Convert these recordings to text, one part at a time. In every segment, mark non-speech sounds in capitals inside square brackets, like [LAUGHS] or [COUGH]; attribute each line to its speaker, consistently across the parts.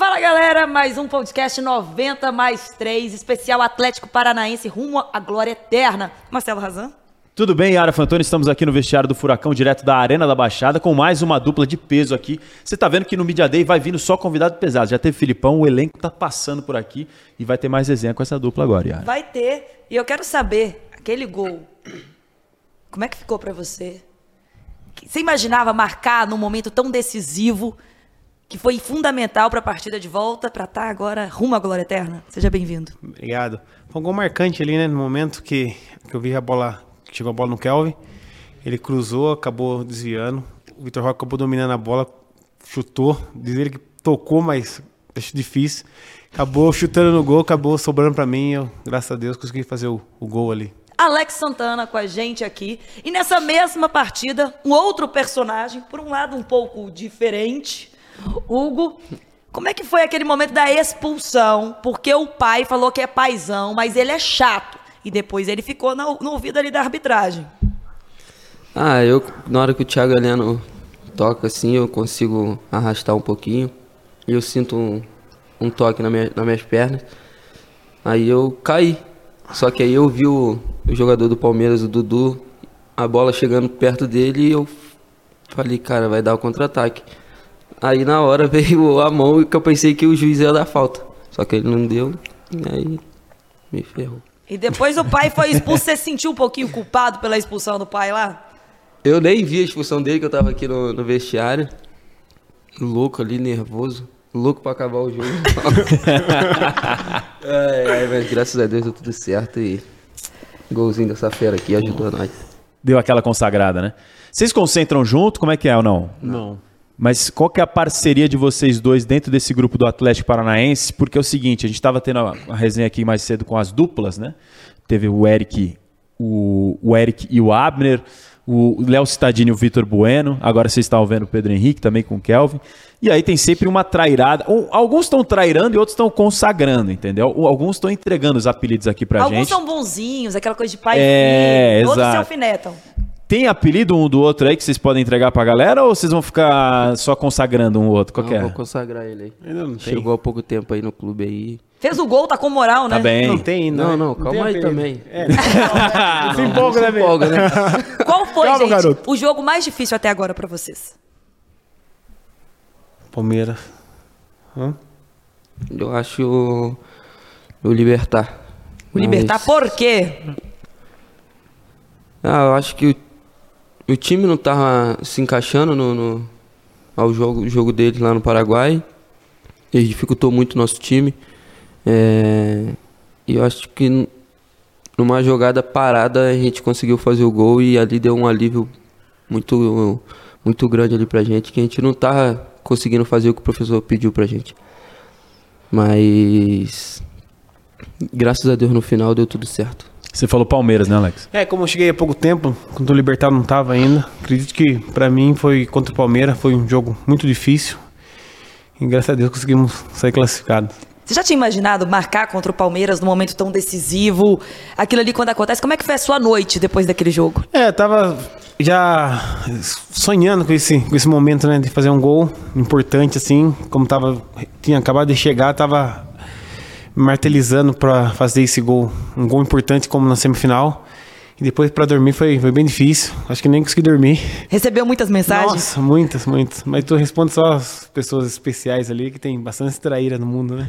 Speaker 1: Agora mais um podcast 90 mais 3, especial Atlético Paranaense rumo à glória eterna. Marcelo Razan.
Speaker 2: Tudo bem, Yara Fantoni? Estamos aqui no vestiário do Furacão, direto da Arena da Baixada, com mais uma dupla de peso aqui. Você tá vendo que no Media Day vai vindo só convidado pesado. Já teve Filipão, o elenco tá passando por aqui e vai ter mais resenha com essa dupla agora, Yara.
Speaker 1: Vai ter, e eu quero saber, aquele gol, como é que ficou pra você? Você imaginava marcar num momento tão decisivo, que foi fundamental pra partida de volta, pra estar agora rumo à glória eterna? Seja bem-vindo.
Speaker 3: Obrigado. Foi um gol marcante ali, né? No momento que, que eu vi a bola, que chegou a bola no Kelvin, ele cruzou, acabou desviando. O Vitor Roque acabou dominando a bola, chutou. Diz ele que tocou, mas acho difícil. Acabou chutando no gol, acabou sobrando pra mim. Eu, graças a Deus, consegui fazer o, o gol ali.
Speaker 1: Alex Santana com a gente aqui. E nessa mesma partida, um outro personagem, por um lado um pouco diferente, Hugo. Como é que foi aquele momento da expulsão? Porque o pai falou que é paizão, mas ele é chato. E depois ele ficou na- no ouvido ali da arbitragem.
Speaker 4: Ah, eu, na hora que o Thiago Heleno toca assim, eu consigo arrastar um pouquinho. E eu sinto um, um toque na minha, nas minhas pernas. Aí eu caí. Só que aí eu vi o, o jogador do Palmeiras, o Dudu, a bola chegando perto dele e eu falei, cara, vai dar o contra-ataque. Aí na hora [LAUGHS] veio a mão que eu pensei que o juiz ia dar falta. Só que ele não deu, e aí me ferrou.
Speaker 1: E depois o pai foi expulso. Você sentiu um pouquinho culpado pela expulsão do pai lá?
Speaker 4: Eu nem vi a expulsão dele, que eu tava aqui no, no vestiário. Louco ali, nervoso. Louco pra acabar o [LAUGHS] jogo. ai, ai, mas graças a Deus deu tudo certo e. Golzinho dessa fera aqui ajudou nós.
Speaker 2: Deu aquela consagrada, né? Vocês concentram junto? Como é que é ou não?
Speaker 3: Não.
Speaker 2: Mas qual que é a parceria de vocês dois dentro desse grupo do Atlético Paranaense? Porque é o seguinte, a gente estava tendo a a resenha aqui mais cedo com as duplas, né? Teve o Eric, o, o Eric e o Abner, o Léo Cittadini e o Vitor Bueno. Agora vocês estão vendo o Pedro Henrique também com o Kelvin. E aí tem sempre uma trairada. Um- Alguns estão trairando e outros estão consagrando, entendeu? Alguns estão entregando os apelidos aqui pra
Speaker 1: Alguns
Speaker 2: gente.
Speaker 1: são bonzinhos, aquela coisa de pai
Speaker 2: É,
Speaker 1: e filho. Outros se
Speaker 2: exato.
Speaker 1: alfinetam.
Speaker 2: Tem apelido um do outro aí que vocês podem entregar pra galera ou vocês vão ficar só consagrando um outro? Qual que
Speaker 4: Não,
Speaker 2: é?
Speaker 4: vou consagrar ele aí.
Speaker 3: Ainda não tem.
Speaker 4: Chegou há pouco tempo aí no clube aí.
Speaker 1: Fez o gol, tá com moral, né?
Speaker 2: Tá bem.
Speaker 3: Não tem ainda.
Speaker 4: Não,
Speaker 3: né?
Speaker 4: não,
Speaker 3: tem
Speaker 4: calma aí
Speaker 3: apelido.
Speaker 4: também.
Speaker 3: É, não se empolga, né? Se empolga, né,
Speaker 4: Se
Speaker 3: velho?
Speaker 4: empolga, né?
Speaker 3: [LAUGHS]
Speaker 1: Qual foi,
Speaker 3: Calma,
Speaker 1: gente,
Speaker 3: garoto.
Speaker 1: o jogo mais difícil até agora pra vocês?
Speaker 3: Palmeiras. Hã?
Speaker 4: Eu acho o, o Libertar.
Speaker 1: O Libertar,
Speaker 4: Mas-
Speaker 1: por quê?
Speaker 4: Ah, eu acho que o, o time não tava se encaixando no, no- ao jogo, jogo deles lá no Paraguai. E dificultou muito o nosso time. É, e eu acho que n- numa jogada parada a gente conseguiu fazer o gol e ali deu um alívio muito, muito grande ali pra gente, que a gente não tava conseguindo fazer o que o professor pediu pra gente. Mas graças a Deus no final deu tudo certo.
Speaker 2: Você falou Palmeiras, né, Alex?
Speaker 3: É, como eu cheguei há pouco tempo, quando o Libertado não tava ainda, acredito que pra mim foi contra o Palmeiras, foi um jogo muito difícil. E graças a Deus conseguimos sair classificados.
Speaker 1: Você já tinha imaginado marcar contra o Palmeiras num momento tão decisivo? Aquilo ali quando acontece, como é que foi a sua noite depois daquele jogo?
Speaker 3: É, eu tava já sonhando com esse, com esse momento, né, de fazer um gol importante assim, como tava tinha acabado de chegar, tava me martelizando pra fazer esse gol, um gol importante como na semifinal. E depois pra dormir foi, foi bem difícil. Acho que nem consegui dormir.
Speaker 1: Recebeu muitas mensagens?
Speaker 3: Nossa, muitas, muitas. Mas tu responde só as pessoas especiais ali, que tem bastante traíra no mundo,
Speaker 4: [LAUGHS]
Speaker 3: né?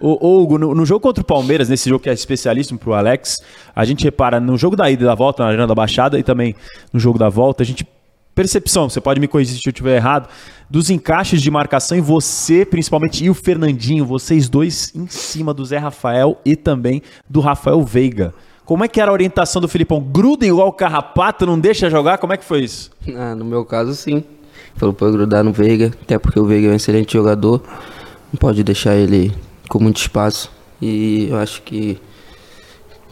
Speaker 2: Ô, ô, Hugo, no, no jogo contra o Palmeiras, nesse jogo que é especialíssimo pro Alex, a gente repara no jogo da ida e da volta na Arena da Baixada e também no jogo da volta, a gente. Percepção, você pode me corrigir se eu estiver errado, dos encaixes de marcação e você, principalmente, e o Fernandinho, vocês dois em cima do Zé Rafael e também do Rafael Veiga. Como é que era a orientação do Filipão? Gruda igual o carrapato, não deixa jogar? Como é que foi isso?
Speaker 4: [LAUGHS] Ah, no meu caso, sim. Falou pra eu grudar no Veiga, até porque o Veiga é um excelente jogador. Não pode deixar ele com muito espaço. E eu acho que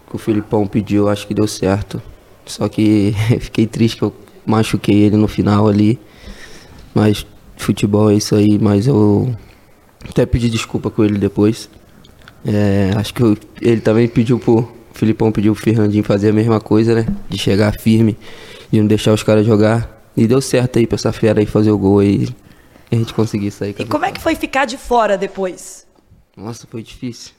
Speaker 4: o que o Filipão pediu, eu acho que deu certo. Só que [LAUGHS] fiquei triste que eu machuquei ele no final ali. Mas futebol é isso aí, mas eu até pedi desculpa com ele depois. É, acho que eu- ele também pediu pro. O Filipão pediu pro Fernandinho fazer a mesma coisa, né? De chegar firme, de não deixar os caras jogar. E deu certo aí pra essa fera aí fazer o gol aí. a gente conseguir sair. com
Speaker 1: E
Speaker 4: a
Speaker 1: como é que foi ficar de fora depois?
Speaker 4: vitória. Nossa, foi difícil.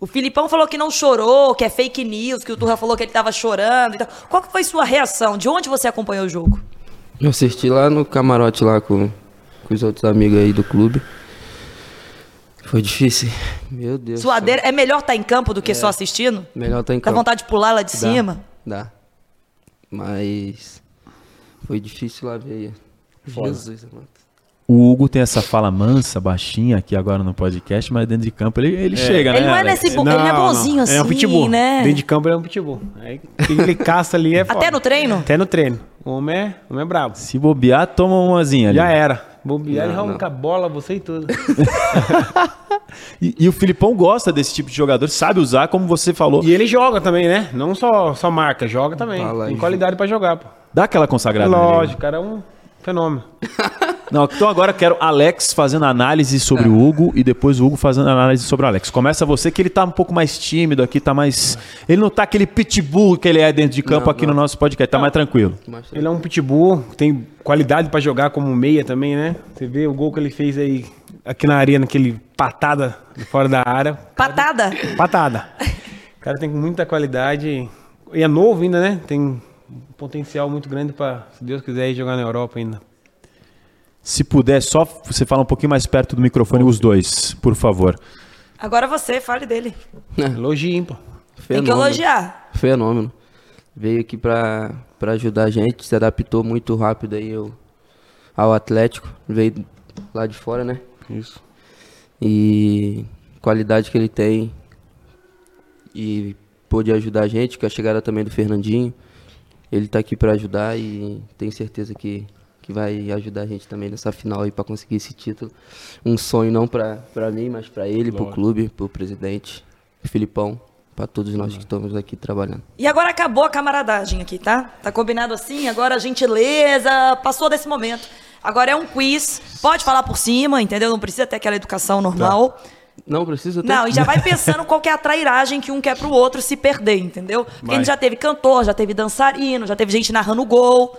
Speaker 1: O Filipão falou que não chorou, que é fake news, que o Turra falou que ele tava chorando e tal. Qual que foi sua reação? De onde você acompanhou o jogo?
Speaker 4: Eu assisti lá no camarote lá com, com os outros amigos aí do clube. Foi difícil. Meu Deus. do céu.
Speaker 1: Suadeira, é melhor estar em campo do que só assistindo?
Speaker 4: Melhor tá em
Speaker 1: Dá
Speaker 4: campo.
Speaker 1: vontade de pular lá de
Speaker 4: Dá,
Speaker 1: cima?
Speaker 4: Dá. Mas foi difícil lá ver. Jesus, mano.
Speaker 2: O Hugo tem essa fala mansa, baixinha aqui agora no podcast, mas dentro de campo ele, ele chega, né?
Speaker 1: Ele não é
Speaker 2: Alex?
Speaker 1: nesse bo- ele não é bonzinho assim,
Speaker 3: Ele é um pitbull.
Speaker 1: né?
Speaker 3: Dentro de campo ele é um pitbull. Aí o que ele caça ali é foda.
Speaker 1: Até no treino?
Speaker 3: Até no treino. O homem é, o homem é brabo.
Speaker 2: Se bobear, toma umazinha ali.
Speaker 3: Já era. Bobear, ele
Speaker 4: Não,
Speaker 3: arranca a bola, você e tudo.
Speaker 2: E, e o Filipão gosta desse tipo de jogador, sabe usar, como você falou.
Speaker 3: e ele joga também, né? Não só, só marca, joga também.
Speaker 4: Fala aí,
Speaker 3: Tem qualidade pra jogar, pô.
Speaker 2: Dá aquela consagrada. nele, né?
Speaker 3: Lógico, o cara é um fenômeno.
Speaker 2: Não, então agora eu quero Alex fazendo análise
Speaker 4: É.
Speaker 2: sobre o Hugo e depois o Hugo fazendo análise sobre o Alex. Começa você que ele tá um pouco mais tímido aqui, tá mais. Ele não tá aquele pitbull que ele é dentro de campo
Speaker 4: Não,
Speaker 2: aqui
Speaker 4: não.
Speaker 2: no nosso podcast, tá mais tranquilo.
Speaker 4: Mas
Speaker 3: Ele é um pitbull, tem qualidade pra jogar como meia também, né? Você vê o gol que ele fez aí aqui na arena, aquele patada de fora da área.
Speaker 1: Patada?
Speaker 3: Patada. O cara tem muita qualidade e é novo ainda, né? Tem um potencial muito grande pra, se Deus quiser, ir jogar na Europa ainda.
Speaker 2: Se puder, só você fala um pouquinho mais perto do microfone, os dois, por favor.
Speaker 1: Agora você, fale dele.
Speaker 3: Elogio, hein, pô.
Speaker 1: Tem que elogiar.
Speaker 4: Fenômeno. Veio aqui pra, pra ajudar a gente, se adaptou muito rápido aí ao, ao Atlético. Veio lá de fora, né?
Speaker 3: Isso.
Speaker 4: E qualidade que ele tem e pôde ajudar a gente, com a chegada também do Fernandinho. Ele tá aqui pra ajudar e tenho certeza que, que vai ajudar a gente também nessa final aí pra conseguir esse título. Um sonho não pra, pra mim, mas pra ele, pro clube, pro presidente, Filipão, pra todos nós que estamos aqui trabalhando.
Speaker 1: E agora acabou a camaradagem aqui, tá? Tá combinado assim? Agora gentileza, passou desse momento. Agora é um quiz. Pode falar por cima, entendeu? Não precisa ter aquela
Speaker 2: Tá.
Speaker 1: educação normal.
Speaker 4: Não precisa ter.
Speaker 1: Não, e já vai pensando qual que é a trairagem que um quer pro outro se perder, entendeu? Porque a gente já teve cantor, já teve dançarino, já teve gente narrando o gol.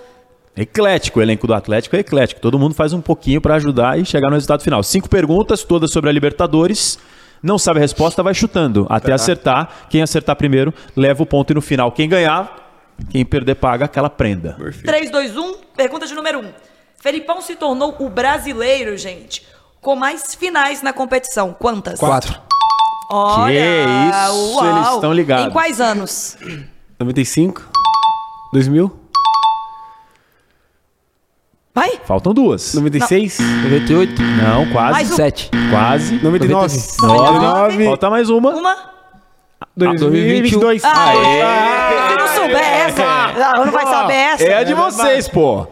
Speaker 2: Eclético, o elenco do Atlético é eclético. Todo mundo faz um pouquinho pra ajudar e chegar no resultado final. Cinco perguntas, todas sobre a Libertadores. Não sabe a resposta, vai chutando até
Speaker 4: É.
Speaker 2: acertar. Quem acertar primeiro leva o ponto e no final quem ganhar, quem perder paga aquela prenda.
Speaker 1: 3, 2, 1, pergunta de número 1. Felipão se tornou o brasileiro, gente, com mais finais na competição. Quantas?
Speaker 4: Quatro.
Speaker 1: Olha,
Speaker 2: Que isso,
Speaker 1: uau.
Speaker 2: eles estão ligados.
Speaker 1: Em quais anos?
Speaker 3: 95, 2000,
Speaker 1: Vai?
Speaker 2: Faltam duas.
Speaker 3: 96,
Speaker 4: 98,
Speaker 2: Não,
Speaker 1: Mais
Speaker 2: quase.
Speaker 1: um.
Speaker 4: 7.
Speaker 2: Quase.
Speaker 3: 99,
Speaker 1: Nove.
Speaker 3: 99,
Speaker 2: Falta mais uma. É,
Speaker 1: Uma?
Speaker 3: 2022.
Speaker 1: Ah, Se não souber essa, não vai saber essa.
Speaker 2: É a de vocês, pô.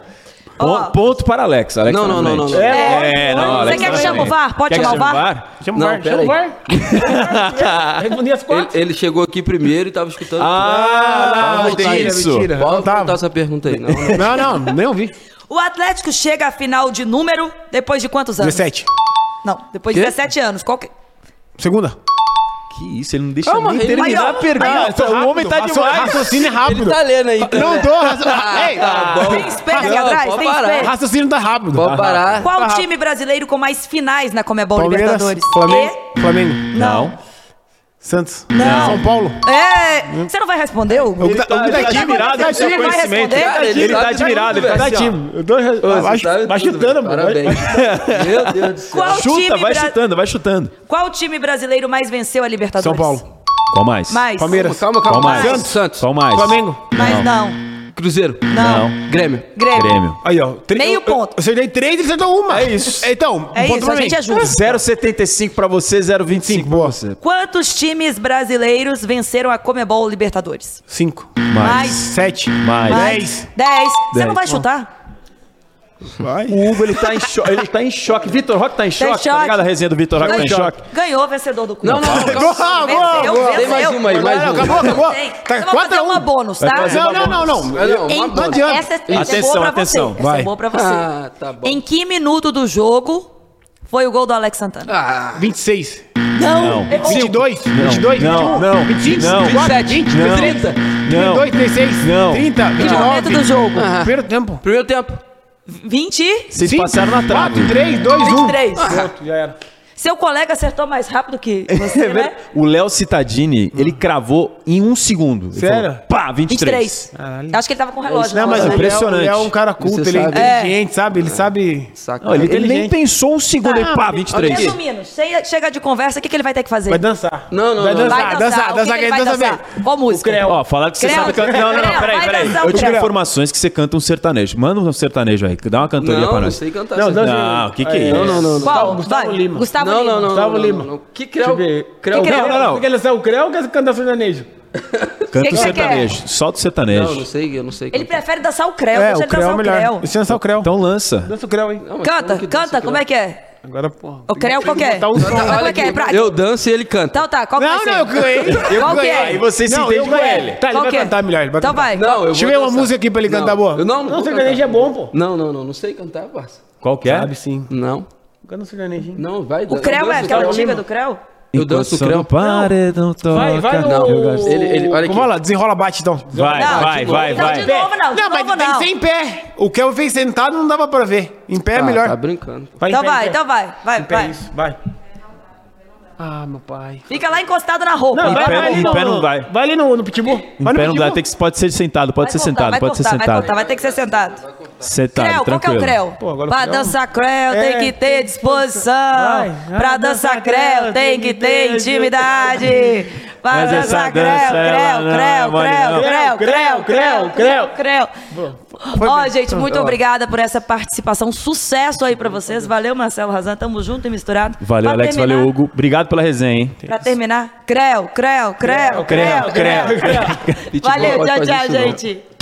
Speaker 1: Ó.
Speaker 2: Pon- Ponto para Alex. Alex
Speaker 4: Não,
Speaker 2: tá
Speaker 4: não,
Speaker 2: na
Speaker 4: não,
Speaker 2: frente.
Speaker 4: não, não.
Speaker 2: É,
Speaker 1: Você
Speaker 2: não, Alex
Speaker 1: quer
Speaker 2: tá
Speaker 1: que
Speaker 2: na
Speaker 1: chame o
Speaker 2: frente.
Speaker 1: VAR? Pode
Speaker 2: Quer que
Speaker 1: chamar o
Speaker 2: chame
Speaker 1: VAR?
Speaker 3: Chama o
Speaker 4: Não,
Speaker 3: VAR,
Speaker 4: pera
Speaker 3: chama o
Speaker 4: aí.
Speaker 3: VAR. Respondi as
Speaker 4: Ele,
Speaker 3: quatro.
Speaker 4: ele chegou aqui primeiro e tava escutando.
Speaker 2: Ah,
Speaker 4: Pode
Speaker 2: não,
Speaker 4: voltar
Speaker 2: tem
Speaker 4: aí,
Speaker 2: isso.
Speaker 3: mentira.
Speaker 4: Pode
Speaker 3: Não
Speaker 4: voltar
Speaker 3: tava.
Speaker 4: essa pergunta aí. Não, não.
Speaker 3: Não, não, nem ouvi.
Speaker 1: O Atlético chega à final de número depois de quantos anos?
Speaker 3: 17.
Speaker 1: Não, depois de
Speaker 4: Quê?
Speaker 1: 17 anos. Qual que...
Speaker 3: Segunda.
Speaker 2: Que isso, ele não deixa
Speaker 4: Calma,
Speaker 2: nem
Speaker 4: ele-
Speaker 2: terminar a
Speaker 1: Maior, maior.
Speaker 2: pergunta. o homem tá
Speaker 3: Racio-
Speaker 2: demais.
Speaker 3: Raciocínio é
Speaker 4: Ele
Speaker 3: rápido.
Speaker 4: tá lendo aí. tá
Speaker 3: Não
Speaker 4: vendo?
Speaker 3: tô raciocínio. Ei,
Speaker 1: Tem espelho aqui
Speaker 4: Tá Não,
Speaker 1: atrás?
Speaker 4: pode
Speaker 1: Tem
Speaker 4: parar.
Speaker 1: espelho?
Speaker 3: raciocínio tá rápido.
Speaker 4: Pode parar.
Speaker 1: Qual time brasileiro com mais finais na Comebol
Speaker 3: Palmeiras,
Speaker 1: Libertadores?
Speaker 3: Flamengo, Flamengo,
Speaker 2: Não.
Speaker 3: Santos,
Speaker 1: Não.
Speaker 3: São Paulo.
Speaker 1: E... É, você não vai responder, Hugo?
Speaker 3: Ele tá-
Speaker 2: Ele
Speaker 3: ele
Speaker 2: tá
Speaker 3: tá
Speaker 2: admirado
Speaker 1: com
Speaker 2: com seu
Speaker 1: ele vai
Speaker 2: conhecimento.
Speaker 1: responder?
Speaker 4: Cara, ele
Speaker 2: Ele tá
Speaker 4: sabe tudo,
Speaker 2: admirado, ele tá
Speaker 4: velho.
Speaker 2: admirado.
Speaker 3: Time. Eu tô
Speaker 4: Ô, você sabe
Speaker 3: acho- vai
Speaker 4: é tudo,
Speaker 3: chutando,
Speaker 4: velho.
Speaker 3: mano.
Speaker 4: Parabéns. Meu Deus do céu.
Speaker 1: Qual
Speaker 2: Chuta,
Speaker 1: time
Speaker 2: vai
Speaker 1: bra-
Speaker 2: chutando, vai chutando.
Speaker 1: Qual time brasileiro mais venceu a Libertadores?
Speaker 3: São Paulo,
Speaker 2: Qual mais?
Speaker 1: Mais.
Speaker 3: Palmeiras,
Speaker 4: Calma,
Speaker 2: Qual
Speaker 4: calma.
Speaker 2: mais?
Speaker 4: Santos, Santos.
Speaker 2: Qual mais?
Speaker 3: Flamengo.
Speaker 1: Mas não.
Speaker 4: Cruzeiro.
Speaker 1: Não.
Speaker 2: Não.
Speaker 4: Grêmio.
Speaker 1: Grêmio.
Speaker 2: Grêmio.
Speaker 3: Aí, ó. tre-
Speaker 1: Meio
Speaker 3: eu- eu-
Speaker 1: ponto.
Speaker 3: Eu acertei três e acertou uma.
Speaker 2: É isso.
Speaker 3: Então,
Speaker 1: É isso, a gente é justo.
Speaker 2: 0,75 pra você, 0,25 pra
Speaker 3: Boa.
Speaker 2: você.
Speaker 1: Quantos times brasileiros venceram a Comebol Libertadores?
Speaker 3: Cinco,
Speaker 1: Mais.
Speaker 3: sete,
Speaker 2: Mais.
Speaker 3: dez.
Speaker 1: Dez. Você
Speaker 2: Dez.
Speaker 1: não vai chutar?
Speaker 3: Vai.
Speaker 2: O Hugo, ele tá em, cho ele tá em choque. Vitor Roque tá em choque,
Speaker 1: choque.
Speaker 2: tá ligado? A resenha do Vitor Roque tá em choque.
Speaker 1: Ganhou o vencedor do clube.
Speaker 4: Não, não, não.
Speaker 3: Boa,
Speaker 4: calma.
Speaker 3: boa,
Speaker 1: Venceu,
Speaker 3: boa.
Speaker 1: venceu.
Speaker 4: Tem mais uma aí, mais
Speaker 3: Não,
Speaker 4: uma.
Speaker 3: acabou, acabou.
Speaker 1: Tem.
Speaker 3: Tá
Speaker 1: eu Então, vou fazer
Speaker 3: 4 a 1.
Speaker 1: uma bônus, tá?
Speaker 2: fazer
Speaker 3: Não, não, não, não.
Speaker 4: Ah, não,
Speaker 1: Em-
Speaker 4: uma bola.
Speaker 3: adianta.
Speaker 1: Essa, essa é
Speaker 2: Atenção,
Speaker 1: boa pra
Speaker 2: atenção,
Speaker 1: você. Essa é
Speaker 2: vai.
Speaker 1: boa pra você.
Speaker 4: Ah, tá bom.
Speaker 1: Em que minuto do jogo foi o gol do Alex Santana?
Speaker 4: Ah,
Speaker 3: 26,
Speaker 2: Não.
Speaker 1: É-
Speaker 3: 22, 22,
Speaker 2: Não,
Speaker 3: 21,
Speaker 2: não,
Speaker 3: 25,
Speaker 2: não.
Speaker 3: 24, 20,
Speaker 2: Não.
Speaker 3: 30,
Speaker 2: Não.
Speaker 3: 32, 36,
Speaker 2: Não.
Speaker 3: 30,
Speaker 1: Que momento
Speaker 3: 29.
Speaker 1: do jogo?
Speaker 3: Primeiro tempo.
Speaker 4: primeiro tempo.
Speaker 1: 20 e
Speaker 2: Vocês passaram na trave.
Speaker 3: 4, 3, 2, 1.
Speaker 1: 23.
Speaker 3: Pronto, já era.
Speaker 1: Seu colega acertou mais rápido que
Speaker 2: É
Speaker 1: você, né?
Speaker 2: O Léo Citadini, ele cravou em um segundo. Ele
Speaker 3: Sério?
Speaker 2: falou, Pá, 23.
Speaker 1: 23. Acho que ele tava com o relógio.
Speaker 3: Não,
Speaker 1: na
Speaker 3: mas
Speaker 1: mão,
Speaker 3: o
Speaker 1: né?
Speaker 2: Léo-
Speaker 3: Léo,
Speaker 2: Léo
Speaker 3: é um cara culto,
Speaker 4: Você
Speaker 3: ele é
Speaker 4: sabe.
Speaker 3: inteligente, sabe?
Speaker 1: É.
Speaker 3: Ele sabe. é
Speaker 4: Saca.
Speaker 2: Não, ele, ele nem
Speaker 3: Inteligente.
Speaker 2: pensou um segundo, ele pá,
Speaker 3: Ah,
Speaker 2: 23.
Speaker 1: Resumindo, che- chega de conversa, o que, que ele vai ter que fazer?
Speaker 3: Vai dançar.
Speaker 4: Não, não,
Speaker 3: vai
Speaker 4: não.
Speaker 3: dançar,
Speaker 1: Vai o
Speaker 3: dançar,
Speaker 1: que
Speaker 3: dançar,
Speaker 1: que ele
Speaker 3: dança,
Speaker 1: vai
Speaker 3: dança bem.
Speaker 1: dançar? Qual música?
Speaker 2: Ó, falaram que você
Speaker 1: Creu.
Speaker 2: sabe cantar. Não, não, não,
Speaker 1: Creu,
Speaker 2: peraí,
Speaker 1: vai
Speaker 2: peraí.
Speaker 1: dançar o
Speaker 2: Eu tive
Speaker 1: Creu.
Speaker 2: informações que você canta um sertanejo. Manda um sertanejo aí, dá uma cantoria
Speaker 4: Não,
Speaker 2: pra
Speaker 4: não
Speaker 2: nós.
Speaker 4: sei cantar.
Speaker 3: Não,
Speaker 4: Não,
Speaker 3: dança-
Speaker 2: Não, o que que é
Speaker 3: Aí, Não, não, não. não.
Speaker 1: Qual?
Speaker 3: Gustavo
Speaker 1: Vai.
Speaker 3: Lima.
Speaker 1: Gustavo
Speaker 4: não,
Speaker 1: Lima.
Speaker 4: não, não.
Speaker 3: Gustavo
Speaker 4: não, não,
Speaker 3: Lima.
Speaker 4: não. Que é
Speaker 3: Deixa
Speaker 4: creu?
Speaker 3: eu ver.
Speaker 4: Creu?
Speaker 1: Que creu?
Speaker 2: Não, não, não.
Speaker 3: Porque ele é o creu ou canta sertanejo?
Speaker 2: Canta
Speaker 1: que
Speaker 2: um
Speaker 1: você
Speaker 2: sertanejo. Solta o
Speaker 4: Não, não
Speaker 2: sertanejo.
Speaker 4: sei, eu não sei.
Speaker 1: Ele
Speaker 4: cantar.
Speaker 1: prefere dançar o creu,
Speaker 3: É,
Speaker 1: deixa
Speaker 3: o
Speaker 1: ele
Speaker 3: creu
Speaker 1: dançar
Speaker 3: é
Speaker 1: o
Speaker 3: melhor.
Speaker 1: creu.
Speaker 3: Deixa eu dançar o creu.
Speaker 2: Então lança.
Speaker 3: Dança o creu, hein?
Speaker 4: Não, mas como
Speaker 1: Canta,
Speaker 4: que dança né?
Speaker 1: canta, como é que é?
Speaker 3: Agora, porra.
Speaker 1: O creu qual que é?
Speaker 3: botar um som.
Speaker 1: Como é que é? Pra-
Speaker 4: Eu danço e ele canta.
Speaker 1: Então tá, qual que
Speaker 3: Não,
Speaker 2: é?
Speaker 1: vai
Speaker 3: não, eu
Speaker 1: ser?
Speaker 3: ganhei.
Speaker 1: Qual que é?
Speaker 2: Aí você se
Speaker 3: Não, eu
Speaker 2: entende com
Speaker 3: ganhei.
Speaker 2: ele.
Speaker 3: Tá, ele
Speaker 1: Qual
Speaker 3: vai
Speaker 1: que é?
Speaker 3: cantar melhor. Ele vai
Speaker 1: Então
Speaker 3: cantar.
Speaker 1: vai.
Speaker 4: Não, eu
Speaker 3: Deixa eu
Speaker 4: vou
Speaker 3: ver uma
Speaker 4: dançar.
Speaker 3: música aqui pra ele
Speaker 4: Não,
Speaker 3: cantar boa.
Speaker 4: Eu não, não,
Speaker 3: Não,
Speaker 4: vou
Speaker 3: sertanejo é
Speaker 4: cantar.
Speaker 3: bom, pô.
Speaker 4: Não, não, não, não sei cantar, parça.
Speaker 2: Qual que é?
Speaker 3: Sabe sim.
Speaker 4: Não.
Speaker 3: Canta sertanejo,
Speaker 1: Então
Speaker 3: hein?
Speaker 4: Não, vai.
Speaker 1: O creu é aquela
Speaker 3: Creu
Speaker 1: antiga
Speaker 3: Lima.
Speaker 1: do creu?
Speaker 4: Eu danço o
Speaker 2: Enquanto
Speaker 4: creu.
Speaker 2: o paredão toca.
Speaker 3: Vai, vai no...
Speaker 2: Eu gosto.
Speaker 4: Ele- ele- olha
Speaker 3: Como
Speaker 4: aqui.
Speaker 3: assim. lá? Desenrola, bate então.
Speaker 2: Vai,
Speaker 1: Não,
Speaker 2: vai,
Speaker 4: de
Speaker 2: vai,
Speaker 4: novo.
Speaker 1: Não,
Speaker 2: vai.
Speaker 1: Então de novo não, de
Speaker 3: Não, mas
Speaker 1: novo
Speaker 3: tem que
Speaker 1: não.
Speaker 3: ser em pé. O que eu fez sentado não dava pra ver. Em pé é
Speaker 4: Ah,
Speaker 3: melhor.
Speaker 4: Tá brincando.
Speaker 3: Vai em
Speaker 1: Então
Speaker 3: pé, em
Speaker 1: vai,
Speaker 3: pé.
Speaker 1: então vai, vai,
Speaker 3: Em pé,
Speaker 1: vai.
Speaker 3: é isso, vai. Ah, meu pai.
Speaker 1: Fica lá encostado na roupa.
Speaker 2: vai, pé- vai. em
Speaker 3: no-
Speaker 2: pé não vai.
Speaker 3: Vai ali no, no pitbull.
Speaker 2: Em
Speaker 3: Vai no
Speaker 2: pé não dá,
Speaker 3: pitbull.
Speaker 2: tem que, pode ser sentado, pode ser
Speaker 1: cortar,
Speaker 2: sentado,
Speaker 1: vai
Speaker 2: pode ser
Speaker 1: cortar, Vai, cortar,
Speaker 2: sentado.
Speaker 1: vai ter que ser sentado.
Speaker 2: Sentado,
Speaker 1: Creu, qual que é o
Speaker 2: Tá, tranquilo.
Speaker 1: creu?
Speaker 3: Pô, agora o
Speaker 1: pra
Speaker 3: creu-
Speaker 1: dançar creu tem
Speaker 3: É,
Speaker 1: que
Speaker 3: tem
Speaker 1: ter disposição.
Speaker 3: Vai, vai
Speaker 1: pra dançar creu tem que ter intimidade. Pra
Speaker 2: Mas essa
Speaker 1: dançar creu,
Speaker 2: dança, ela não é mole,
Speaker 1: creu,
Speaker 2: não.
Speaker 1: creu, creu,
Speaker 3: Creu, creu,
Speaker 1: creu, creu, creu, creu. Ó,
Speaker 3: bem.
Speaker 1: gente, muito obrigada por essa participação. Sucesso aí pra vocês. Valeu, Marcelo Razan. Tamo junto e misturado.
Speaker 2: Valeu,
Speaker 1: Pra
Speaker 2: Alex,
Speaker 1: terminar-
Speaker 2: valeu, Hugo. Obrigado pela resenha, hein?
Speaker 1: Pra terminar, creu, creu, creu, creu,
Speaker 2: Creu,
Speaker 1: creu.
Speaker 2: creu.
Speaker 1: Valeu,
Speaker 4: Pitbull
Speaker 1: tchau,
Speaker 4: não pode
Speaker 1: tchau,
Speaker 4: fazer isso, não.
Speaker 1: gente.